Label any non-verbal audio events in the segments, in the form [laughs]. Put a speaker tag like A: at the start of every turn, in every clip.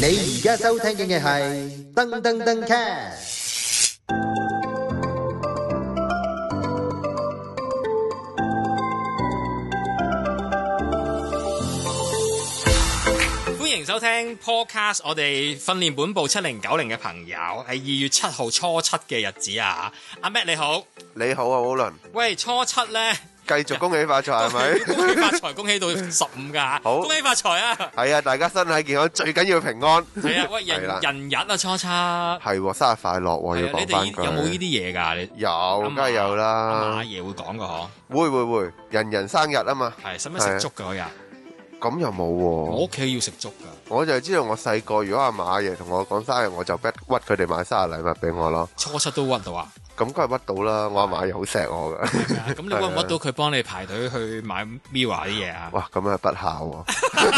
A: 你而家收聽嘅係噔噔噔 cast。
B: 欢迎收聽 Podcast，我哋訓練本部七零九零嘅朋友係二月七號初七嘅日子啊！阿 Matt 你好，
C: 你好啊，好伦，
B: 喂初七咧，
C: 繼續恭喜發財係
B: [laughs]
C: 咪？
B: 恭喜發財，恭喜到十五噶，
C: 好
B: 恭喜發財啊！
C: 係啊，大家身體健康，最緊要平安。
B: 係啊，喂人
C: 係啦
B: 人日啊初七，係啊，
C: 係喎，生日快樂喎，要
B: 你
C: 講
B: 哋
C: 翻句。啊
B: 有冇呢啲嘢㗎？你
C: 有，梗係有
B: 阿馬
C: 啦。
B: 爺會講嘅嗬，
C: 會會會，人人生日啊嘛。
B: 係使唔使食粥㗎嗰日？
C: 咁又冇
B: 我
C: 喎。
B: 屋企要食粥㗎，
C: 我就知道我細個，如果阿馬爺同我講生日，我就不屈佢哋買生日禮物俾我咯。
B: 初七都屈到啊！
C: 咁梗係屈到啦，我阿馬爺好錫我噶。
B: [laughs] 咁你屈唔屈到
C: 啊
B: 佢幫你排隊去買 Miwa 啲嘢啊？
C: 哇，咁啊不孝
B: [laughs]
C: 喎。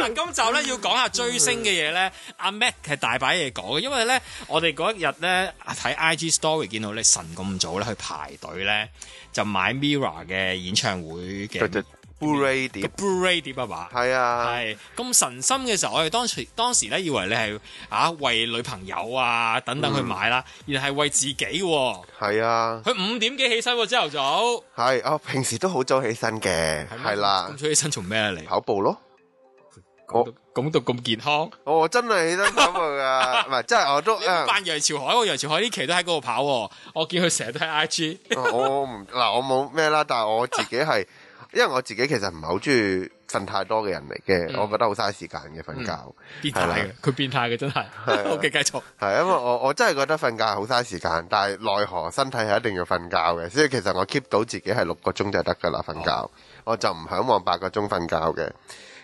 B: 嗱，今集咧要講下追星嘅嘢咧，阿 Mac 係大把嘢講嘅，因為咧我哋嗰一日咧睇 IG Story 見到你晨咁早咧去排隊咧，就買 Mira 嘅演唱會嘅
C: 就就 Blu-ray
B: 嘅
C: 碟，
B: Blu-ray 碟啊嘛。
C: 係啊，
B: 係咁神心嘅時候，我哋當時當時咧以為你係啊為女朋友啊等等去買啦，原來係為自己喎、
C: 係啊，
B: 佢五點幾起身喎，朝頭早
C: 係啊，平時都好早起身嘅，
B: 係咩
C: 係啦
B: 咁，早起身做咩啊你？
C: 跑步咯。
B: 講
C: 我
B: 到講到咁健康，
C: 我哦真係起身跑
B: [laughs]
C: 步噶，唔係真係我都啊
B: 你有冇扮楊潮海喎，楊潮海呢期都喺嗰度跑喎，我見佢成日都喺 IG。
C: 哦我唔嗱我冇咩啦，但係我自己係，因為我自己其實唔係好中意瞓太多嘅人嚟嘅，
B: 嗯
C: 我覺得好嘥時間嘅瞓覺，
B: 變態嘅，佢變態嘅真係。
C: 啊
B: OK，繼續。
C: 係因為我我真係覺得瞓覺係好嘥時間，但係奈何身體係一定要瞓覺嘅，所以其實我 keep 到自己係六個鐘就得㗎啦瞓覺，
B: 哦
C: 我就唔向往八個鐘瞓覺嘅。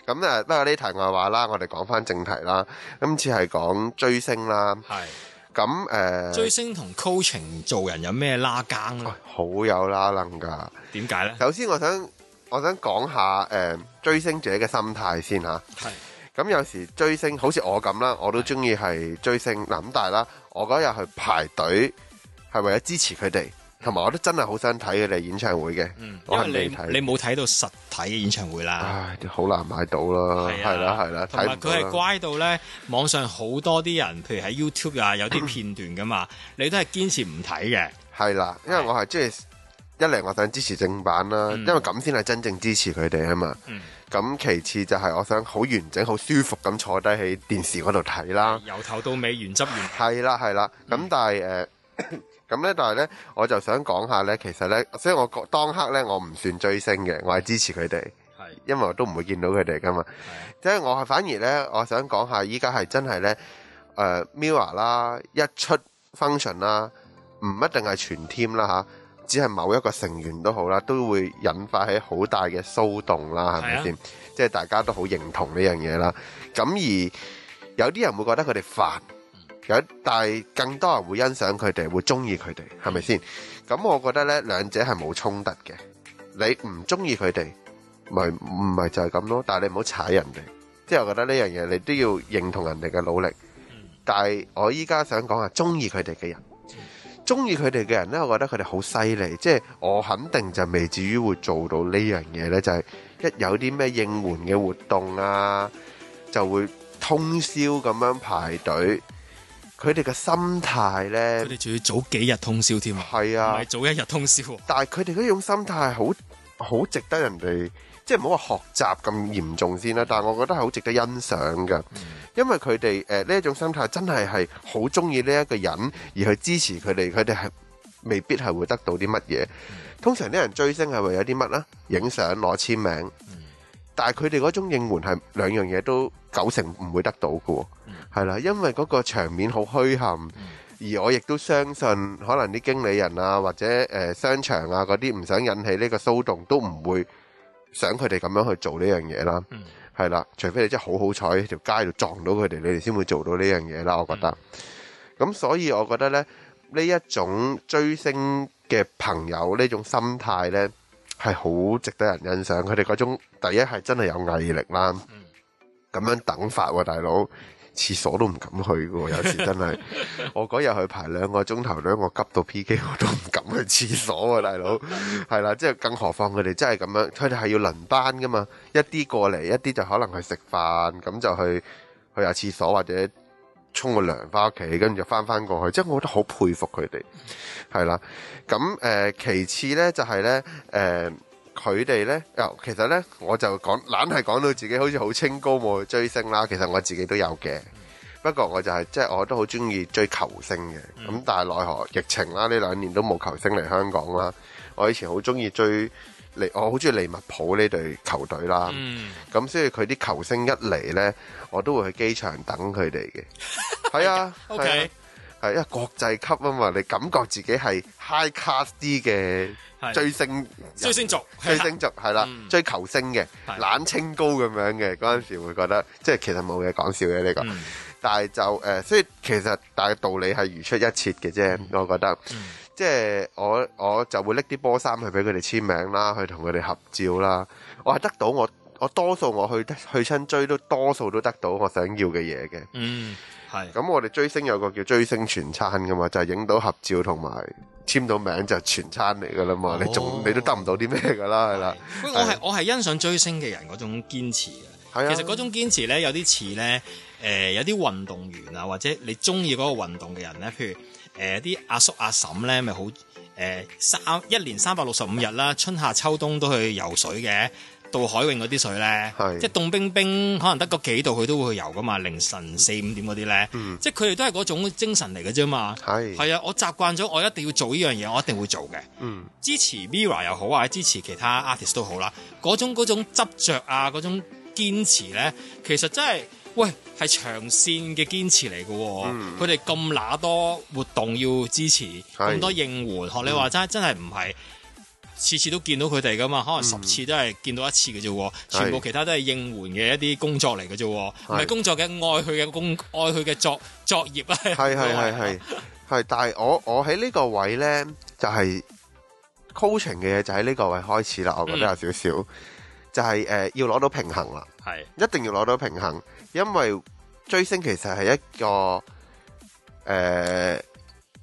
C: 咁誒，不過呢題外話啦，我哋講翻正題啦。今次係講追星啦，
B: 係
C: 咁誒、呃
B: 追星同 coaching 做人有咩拉更咧？
C: 好有啦能㗎。
B: 點解咧？
C: 首先我想我想講下誒、呃追星者嘅心態先嚇。
B: 係
C: 咁有時追星好似我咁啦，我都中意係追星嗱咁，但係啦，我嗰日去排隊係為咗支持佢哋，同埋我都真係好想睇佢哋演唱會嘅。
B: 嗯，
C: 我係
B: 因為
C: 未
B: 你
C: 睇
B: 你冇睇到實體嘅演唱會啦。
C: 唉，好難買到啦，
B: 係啊
C: 係啦係啦，
B: 同
C: 睇
B: 埋
C: 唔
B: 佢係
C: 到啦。
B: 乖到咧，網上好多啲人，譬如喺 YouTube 啊，有啲片段噶
C: [coughs]
B: 嘛，你都係堅持唔睇嘅。
C: 係啦，因為
B: 係
C: 我係中意一嚟我想支持正版啦，
B: 嗯
C: 因為咁先係真正支持佢哋啊嘛。
B: 嗯，
C: 咁其次就係我想好完整、好舒服咁坐低喺電視嗰度睇啦。
B: 由頭到尾原汁原
C: 係啦係啦，咁但係誒，呃 [coughs] 咁咧、但係咧，我就想講下咧，其實咧，所以我覺當刻咧，我唔算追星嘅，我係支持佢哋，
B: 係
C: 因為我都唔會見到佢哋噶嘛。即係我係反而咧，我想講下依家係真係咧，誒、Mirror 啦，一出 function 啦，唔一定係全 team 啦吓，只係某一個成員都好啦，都會引發起好大嘅騷動啦，係
B: 係啊
C: 咪先？即係大家都好認同呢樣嘢啦。咁而有啲人會覺得佢哋煩，有但係更多人會欣賞佢哋，會中意佢哋，係咪先？咁我覺得咧，兩者係冇衝突嘅。你唔中意佢哋，咪唔係就係咁咯。但係你唔好踩人哋，即係我覺得呢樣嘢你都要認同人哋嘅努力。
B: 嗯
C: 但係我依家想講下中意佢哋嘅人，中意佢哋嘅人呢，我覺得佢哋好犀利，即係我肯定就未至於會做到呢樣嘢呢，就係、一有啲咩應援嘅活動啊，就會通宵咁樣排隊。佢哋嘅心態呢
B: 佢，哋仲要早幾日通宵添啊，
C: 係
B: 唔
C: 啊
B: 係，早一日通宵喎。
C: 但係佢哋嗰種心態係好好值得人哋，即係唔好話學習咁嚴重先啦。但係我覺得係好值得欣賞嘅，因為佢哋誒呢一種心態真係係好中意呢一個人而去支持佢哋，佢哋係未必係會得到啲乜嘢。通常啲人追星係為咗啲乜啦？影相攞簽名，但係佢哋嗰種應援係兩樣嘢都九成唔會得到嘅喎，係啦，因為嗰個場面好虛冚。而我亦都相信，可能啲經理人啊，或者誒、呃商場啊嗰啲唔想引起呢個騷動，都唔會想佢哋咁樣去做呢樣嘢啦。
B: 嗯
C: 係啦，除非你真係好好彩喺條街度撞到佢哋，你哋先會做到呢樣嘢啦。我覺得。咁、所以我覺得咧，呢一種追星嘅朋友呢種心態咧，係好值得人欣賞。佢哋嗰種第一係真係有毅力啦，咁、樣等法喎、大佬。廁所都唔敢去嘅喎，有時真係。我嗰日去排兩個鐘頭咧，我急到 P.K. 我都唔敢去廁所啊，大佬。係啦，即係更何況佢哋真係咁樣，佢哋係要輪班噶嘛，一啲過嚟，一啲就可能去食飯，咁就去去下廁所或者沖個涼翻屋企，跟住就翻翻過去。即係我覺得好佩服佢哋，係啦。咁誒、呃其次咧就係、呢。咧、呃佢哋呢，啊其實呢，我就講，懶係講到自己好似好清高冇去追星啦。其實我自己都有嘅，不過我就係、即係我都好中意追球星嘅。咁、但係奈何疫情啦，呢兩年都冇球星嚟香港啦。我以前好中意追利，我好中意利物浦呢隊球隊啦。
B: 嗯，，
C: 咁、所以佢啲球星一嚟呢，我都會去機場等佢哋嘅。係啊係
B: 哎 OK
C: 啊係因為國際級啊嘛，你感覺自己係 high class 啲嘅
B: 係
C: 追星人
B: 追星族，啊
C: 追星族係啦
B: 嗯，
C: 追球星嘅，
B: 係
C: 懶清高咁樣嘅嗰陣時會覺得，即係其實冇嘢講笑嘅呢個，
B: 嗯
C: 但係就誒、呃所以其實但係道理係如出一轍嘅啫，我覺得，
B: 嗯
C: 即係我我就會拎啲波衫去俾佢哋簽名啦，去同佢哋合照啦，我係得到我我多數我去去親追都多數都得到我想要嘅嘢嘅。
B: 嗯，係
C: 咁我哋追星有個叫追星全餐噶嘛，就係、影到合照同埋簽到名就全餐嚟噶啦嘛，你仲
B: 哦
C: 你都得唔到啲咩噶啊啦，係啦，
B: 喂，我係我係欣賞追星嘅人嗰種堅持嘅。
C: 係啊，
B: 其實嗰種堅持咧，有啲似咧，誒、有啲運動員啊，或者你中意嗰個運動嘅人咧，譬如誒啲、阿叔阿嬸咧，咪好誒三一年三百六十五日啦，春夏秋冬都去游水嘅。到海泳嗰啲水咧
C: 係，
B: 即係凍冰冰，可能得個幾度佢都會去游噶嘛。凌晨四五點嗰啲咧，即係佢哋都係嗰種精神嚟嘅啫嘛。
C: 嗯係
B: 係啊，我習慣咗，我一定要做呢樣嘢，我一定會做嘅。
C: 嗯
B: 支持 Mira 又好，或者支持其他 artist 都好啦，嗰種嗰種執著啊，嗰種堅持咧，其實真係喂係長線嘅堅持嚟嘅喎。佢哋咁乸多活動要支持，咁多應援，學你話齋真係唔係次次都見到佢哋噶嘛？可能十次都係見到一次嘅啫喎，全部其他都係應援嘅一啲工作嚟嘅啫喎，唔係
C: 係
B: 工作嘅愛佢嘅工愛佢嘅作作業啊，
C: 係係係係係，但係我我喺呢個位咧就係、coaching 嘅嘢就喺呢個位開始啦，我覺得有少少、就係、呃要攞到平衡啦，
B: 係
C: 一定要攞到平衡，因為追星其實係一個誒、呃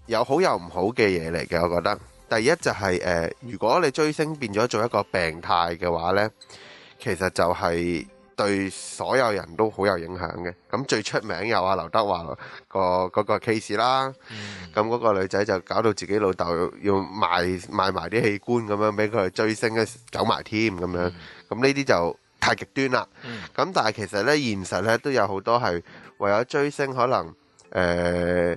C: 有好有唔好嘅嘢嚟嘅，我覺得。第一就係、呃如果你追星變咗做一個病態嘅話呢，其實就係對所有人都好有影響嘅。咁最出名有啊劉德華個嗰個 case 啦，
B: 嗯
C: 咁嗰、個女仔就搞到自己老豆要賣賣埋啲器官咁樣俾佢追星嘅走埋添咁樣，咁呢啲就太極端啦。
B: 嗯
C: 咁但係其實咧，現實咧都有好多係為咗追星，可能誒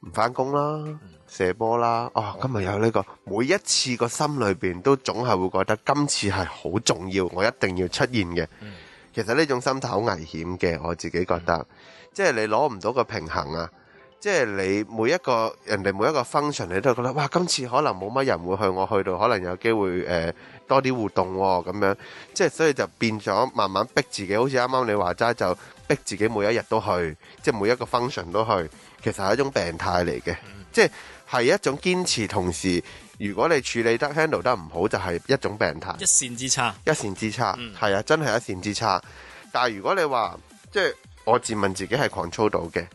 C: 唔翻工啦、射波啦。哦，今日有呢、個，每一次個心裏邊都總係會覺得今次係好重要，我一定要出現嘅。其實呢種心態好危險嘅，我自己覺得，即係你攞唔到個平衡啊！即係你每一個人哋每一個 function，你都係覺得哇，今次可能冇乜人會去，我去到可能有機會誒、呃多啲互動喎、咁樣，即係所以就變咗慢慢逼自己，好似啱啱你話齋就逼自己每一日都去，即係每一個 function 都去，其實係一種病態嚟嘅，即係係一種堅持，同時如果你處理得 handle 得唔好，就係一種病態
B: 一。線之差，
C: 一線之差，係、啊，真係一線之差。但係如果你話即係我自問自己係 control 到嘅，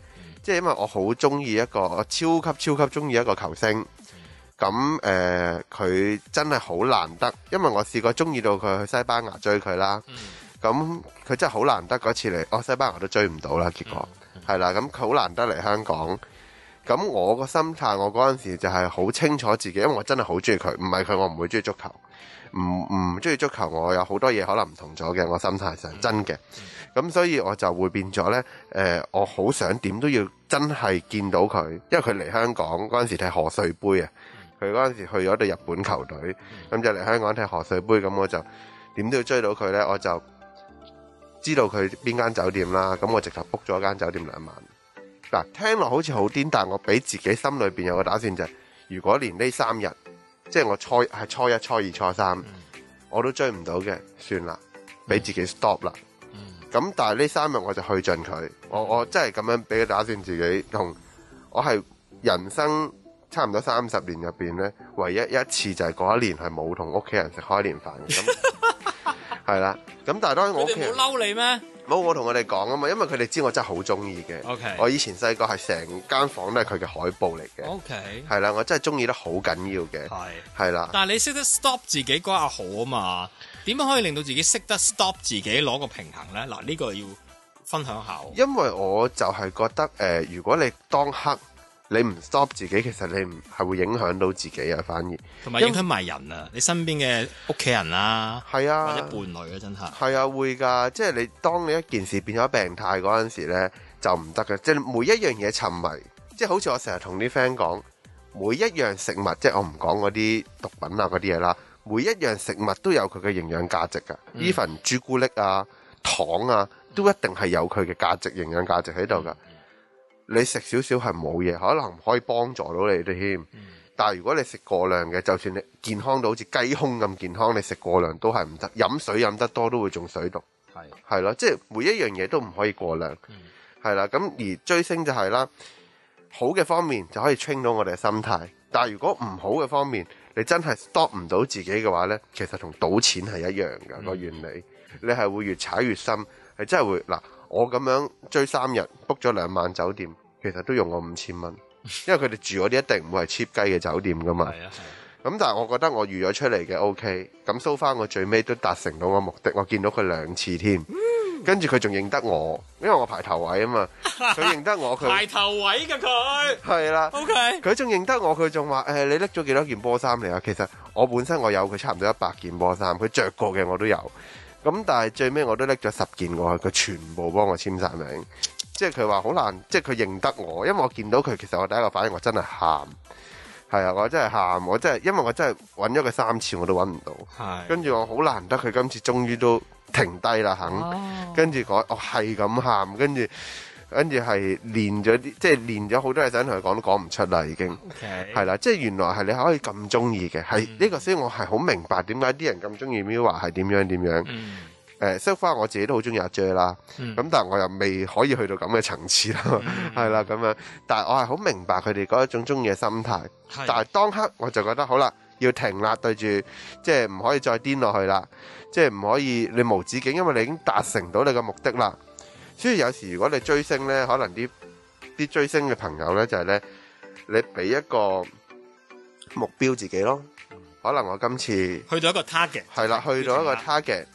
C: 即係因為我好中意一個，我超級超級中意一個球星。咁誒，呃佢、真係好難得，因為我試過中意到佢去西班牙追佢啦。咁佢真係好難得嗰次嚟，哦我西班牙都追唔到啦，結果係啦。咁佢好難得嚟香港。咁我個心態，我嗰陣時就係好清楚自己，因為我真係好中意佢，唔係佢我唔會中意足球。唔唔中意足球，我有好多嘢可能唔同咗嘅，我心態上真嘅。咁所以我就會變咗呢，誒、我好想點都要真係見到佢，因為佢嚟香港嗰陣時睇賀歲杯啊，佢嗰陣時去咗對日本球隊，咁就嚟香港睇賀歲杯，咁我就點都要追到佢呢，我就知道佢邊間酒店啦，咁我直頭 book 咗間酒店兩晚。嗱，聽落好似好癲，但我俾自己心裏邊有個打算就係、如果連呢三日，即係我初係初一、初二、初三，我都追唔到嘅，算啦，俾自己 stop 啦。咁、但係呢三日我就去盡佢，我我真係咁樣俾個打算自己同我係人生差唔多三十年入邊咧，唯一一次就係嗰一年係冇同屋企人食開年飯嘅。咁係啦，咁但係當然
B: 佢
C: 我屋
B: 哋
C: 企人
B: 冇。嬲你咩？
C: 冇我同佢哋講啊嘛，因為佢哋知我真係好中意嘅。
B: OK 哦
C: 我以前細個係成間房都係佢嘅海報嚟嘅，
B: OK，
C: 係啦，我真係中意得好緊要嘅，
B: 係。
C: 係啦。
B: 但係你識得 stop 自己嗰下好啊嘛？點樣可以令到自己識得 stop 自己攞個平衡咧？嗱，呢個要分享下喎。
C: 因為我就係覺得誒、呃如果你當刻你唔 stop 自己，其實你唔係會影響到自己啊，反而
B: 同埋影響埋人啊，你身邊嘅屋企人啦、
C: 係
B: 或者
C: 啊
B: 伴，侶啊，真係
C: 係啊，會㗎。即係你當你一件事變咗病態嗰陣時咧，就唔得嘅。即係每一樣嘢沉迷，即係好似我成日同啲 friend 講，每一樣食物，即係我唔講嗰啲毒品啊嗰啲嘢啦，每一樣食物都有佢嘅營養價值㗎。even 朱古力啊、糖啊，都一定係有佢嘅價值、營養價值喺度㗎。你食少少係冇嘢，可能可以幫助到你哋添。但係如果你食過量嘅，就算你健康到好似雞胸咁健康，你食過量都係唔得。飲水飲得多都會中水毒，
B: 係
C: 係咯，即係每一樣嘢都唔可以過量，係啦。咁而追星就係啦，好嘅方面就可以 train 到我哋嘅心態，但係如果唔好嘅方面，你真係 stop 唔到自己嘅話呢，其實同賭錢係一樣㗎個原理，你係會越踩越深，係真係會嗱，我咁樣追三日 book 咗兩晚酒店，其實都用我五千蚊，因為佢哋住嗰啲一定唔會係 cheap 雞嘅酒店㗎嘛。
B: 係啊，係
C: 咁但係我覺得我預咗出嚟嘅 OK，咁 so far 我最尾都達成到我目的，我見到佢兩次添，跟住佢仲認得我，因為我排頭位啊嘛，佢認得我
B: 排
C: 佢
B: 頭位嘅佢
C: 係啦，
B: ，OK，
C: 佢仲認得我，佢仲話誒你拎咗幾多件波衫嚟啊？其實我本身我有佢差唔多一百件波衫，佢着過嘅我都有，咁但係最尾我都拎咗十件過去，佢全部幫我簽晒名，即係佢話好難，即係佢認得我，因為我見到佢，其實我第一個反應我真係喊。係啊，我真係喊，我真係，因為我真係揾咗佢三次，我都揾唔到。
B: 係
C: 跟住我好難得佢今次終於都停低啦，肯。跟住我我係咁喊，跟住跟住係練咗啲，即係練咗好多嘢想同佢講都講唔出啦，已經
B: OK，
C: 係啦。即係原來係你可以咁中意嘅，
B: 嗯
C: 係呢個，所以我係好明白點解啲人咁中意 Miu 係點樣點樣。
B: 嗯
C: 誒 so far 我自己都好中意阿 J 啦，
B: 嗯
C: 咁但係我又未可以去到咁嘅層次啦，係啦咁樣。但係我係好明白佢哋嗰一種中意嘅心態。
B: 係
C: 但係當刻我就覺得好啦，要停啦，對住即係唔可以再癲落去啦，即係唔可以你無止境，因為你已經達成到你嘅目的啦。所以有時如果你追星呢，可能啲啲追星嘅朋友呢，就係、呢：你俾一個目標自己咯。可能我今次
B: 去到一個 target，
C: 係啦，去到一個
B: 係
C: target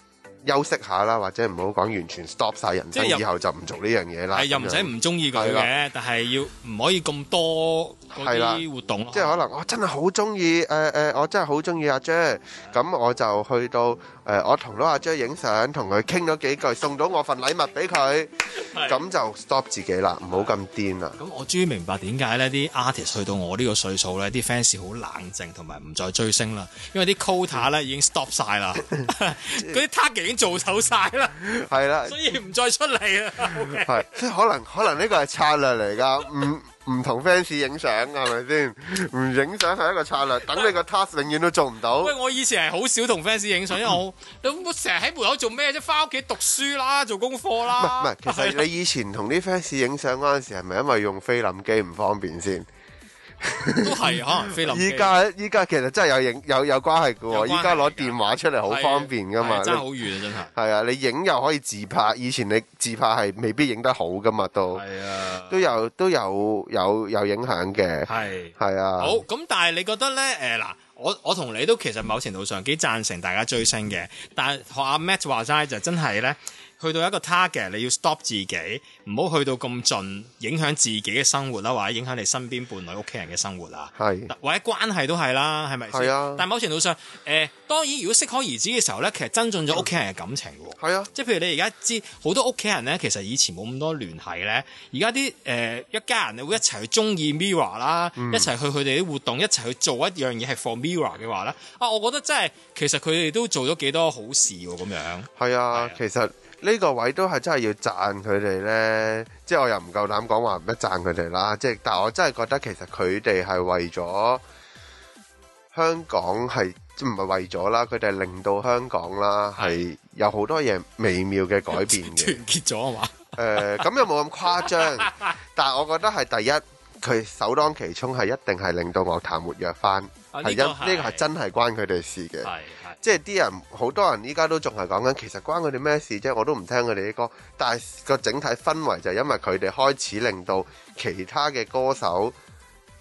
C: 休息下啦，或者唔好講完全 stop 晒人生
B: 即係又
C: 以後就唔做呢樣嘢啦。
B: 又唔
C: 咁樣
B: 使唔中意佢
C: 係
B: 嘅，但係要唔可以咁多嗰
C: 係啦
B: 啲活動咯，
C: 即係可能我真係好中意誒誒，我真係好中意阿 J，咁我就去到誒、呃我同到阿 J 影相，同佢傾咗幾句，送到我份禮物俾佢，
B: 係
C: 咁就 stop 自己啦，唔好咁癲啦。
B: 咁我終於明白點解呢啲 artist 去到我呢個歲數呢，啲 fans 好冷靜同埋唔再追星啦，因為啲 quota 呢已經 stop 晒啦， [laughs] 嗰啲 target 已經做走晒啦，
C: 係啦，
B: 所以唔再出嚟啦。OK
C: 係，即係可能可能呢個係策略嚟㗎，唔唔同 fans 影相係咪先？唔影相係一個策略，等你個 task 永遠都做唔到
B: 喂，。我以前係好少同 fans 影相，因為我你我成日喺門口做咩啫？翻屋企讀書啦，做功課
C: 唔係唔
B: 啦。
C: 係，其實你以前同啲 fans 影相嗰陣時，係咪因為用菲林機唔方便先？
B: 都係可能菲林機。
C: 依家依家其實真係有影有有關係嘅
B: 有
C: 喎，
B: 關係
C: 依家攞電話出嚟好方便噶嘛
B: 係。爭好遠啊！真係。
C: 係啊，你影又可以自拍，以前你自拍係未必影得好噶嘛，都
B: 係啊，
C: 都有都有有有影響嘅，
B: 係。
C: 係啊。
B: 好，咁但係你覺得咧？誒、嗱，我我同你都其實某程度上幾贊成大家追星嘅，但係學阿 Matt 話齋就真係咧，去到一個 target 你要 stop 自己，唔好去到咁盡，影響自己嘅生活啦，或者影響你身邊伴侶、屋企人嘅生活啊。
C: 係
B: 或者關係都係啦，係咪先？
C: 係啊
B: 但某程度上，誒、當然如果適可而止嘅時候咧，其實增進
C: 嗯
B: 咗屋企人嘅感情喎。
C: 係啊，
B: 即係譬如你而家知好多屋企人咧，其實以前冇咁多聯繫咧，而家啲誒一家人會一齊去中意 Mirror 啦，
C: 嗯
B: 一齊去佢哋啲活動，一齊去做一樣嘢係 for Mirror 嘅話咧，啊，我覺得真係其實佢哋都做咗幾多好事喎，咁樣
C: 係
B: 係
C: 啊
B: 啊，
C: 其實呢個位都係真係要讚佢哋呢。即係我又唔夠膽講話唔一讚佢哋啦。即係，但我真係覺得其實佢哋係為咗香港係即唔係為咗啦，佢哋係令到香港啦係有好多嘢微妙嘅改變嘅。
B: [laughs] 團結咗啊嘛，
C: 誒、咁又冇咁誇張，但係我覺得係第一，佢首當其衝係一定係令到樂壇活躍翻，
B: 啊
C: 係
B: 呢
C: 因
B: 個係
C: 呢個係真係關佢哋事嘅。
B: 係係
C: 即係啲人好多人依家都仲係講緊，其實關佢哋咩事啫？我都唔聽佢哋啲歌，但係個整體氛圍就係因為佢哋開始令到其他嘅歌手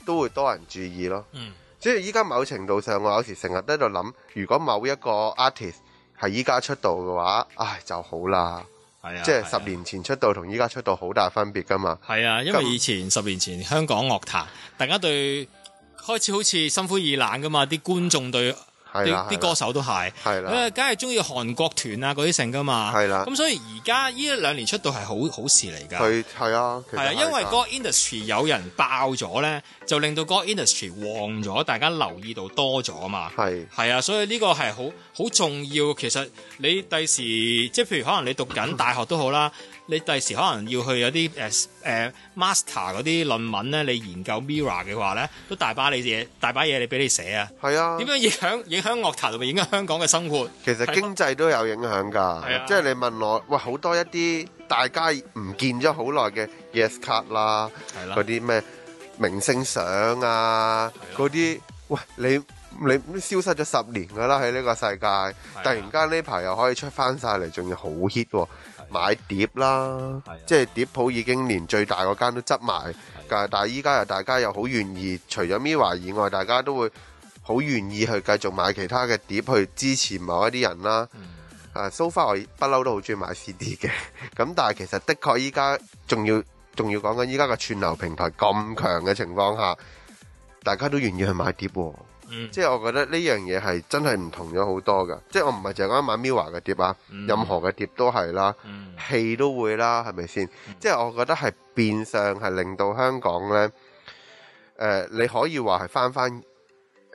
C: 都會多人注意咯。
B: 嗯
C: 即係依家某程度上，我有時成日都喺度諗，如果某一個 artist 係依家出道嘅話，唉就好啦。
B: 係啊，
C: 即
B: 係啊
C: 係十年前出道同依家出道好大分別㗎嘛。
B: 係啊，因為
C: 咁
B: 以前十年前香港樂壇，大家對開始好似心灰意冷噶嘛，啲觀眾對
C: 係啦
B: 啲，啲
C: 係啦
B: 歌手都係。
C: 係啦，
B: 誒，梗係中意韓國團啊嗰啲成噶嘛，
C: 係啦
B: 咁所以而家呢一兩年出道係好好事嚟㗎，
C: 佢係啊，其實
B: 係啊，因為
C: 㗎
B: 嗰個 industry 有人爆咗咧，就令到嗰個 industry 旺咗，大家留意到多咗嘛。
C: 係
B: 係啊，所以呢個係好好重要。其實你第時即係譬如可能你讀緊大學都好啦，你第時可能要去有啲誒誒 master 嗰啲論文咧，你研究 mirror 嘅話咧，都大把你嘢，大把嘢你俾你寫啊。
C: 係啊
B: 點。樣影響影響樂壇同埋影響香港嘅生活？
C: 其實經濟都有影響
B: 啊
C: 㗎，即係你問我，喂好多一啲大家唔見咗好耐嘅 yes 卡啦，
B: 係啦
C: 嗰，啲咩明星相啊，嗰啲喂你你你消失咗十年㗎啦喺呢個世界，
B: 啊
C: 突然間呢排又可以出翻晒嚟，仲要好 hit 喎，
B: 嗯
C: 買碟啦
B: 係啊，啊
C: 即係碟鋪已經連最大嗰間都執埋，但係依家又大家又好願意，除咗 Miwa 以外，大家都會好願意去繼續買其他嘅碟去支持某一啲人啦。
B: 嗯
C: 啊，so far 我不嬲都好中意買 CD 嘅， [laughs] 咁但係其實的確依家仲要仲要講緊依家嘅串流平台咁強嘅情況下，大家都願意去買碟喎。
B: 嗯
C: 即係我覺得呢樣嘢係真係唔同咗好多㗎。即係我唔係淨係講買 Miwa 嘅碟啊，
B: 嗯
C: 任何嘅碟都係啦，
B: 嗯
C: 戲都會啦，係咪先？即係我覺得係變相係令到香港呢，誒、呃你可以話係翻翻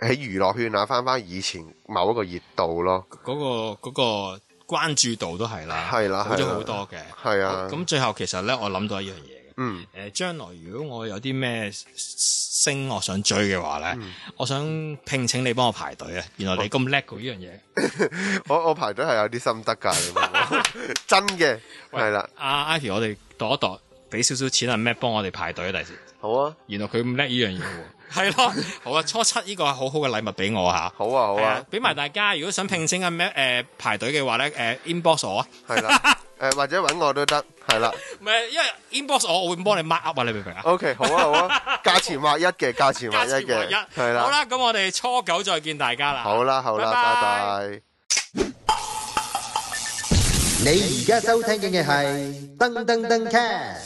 C: 喺娛樂圈啊，翻翻以前某一個熱度咯，
B: 嗰個嗰個關注度都係啦，
C: 係啦
B: 好
C: 係
B: 咗
C: 啦
B: 好多嘅。
C: 係啊，
B: 哦咁最後其實咧，我諗到一樣嘢嘅。
C: 嗯，
B: 誒，將來如果我有啲咩星我想追嘅話咧，
C: 嗯
B: 我想聘請你幫我排隊啊！原
C: 哦
B: 來你咁叻嘅呢樣嘢。
C: 我我排隊係有啲心得㗎，你明
B: [laughs]
C: 唔明真嘅
B: 喂
C: 係啦，
B: 阿啊 Ivy，我哋度一度，俾少少錢阿 Matt 幫我哋排隊啊第時。
C: 好啊，
B: 原來佢咁叻呢樣嘢喎。係咯，好啊，初七呢個係好好嘅禮物俾我吓。
C: 好啊，好
B: 係
C: 啊，
B: 俾埋大家。如果想聘請阿 Matt 誒排隊嘅話咧，誒 inbox 我啊。
C: 係啦，
B: [laughs]
C: 誒或者揾我都得，係啦
B: 唔係，因為 inbox 我，我會幫你 mark up 啊，你明唔明啊？
C: ，OK，好啊，好啊，價錢劃一嘅，價錢劃
B: 加
C: 一
B: 一
C: 嘅，係
B: 好
C: 啦，
B: 啦，咁我哋初九再見大家啦。
C: 好啦，好啦，
B: 拜拜
C: 拜拜。
A: 你而家收聽嘅係噔噔噔 c a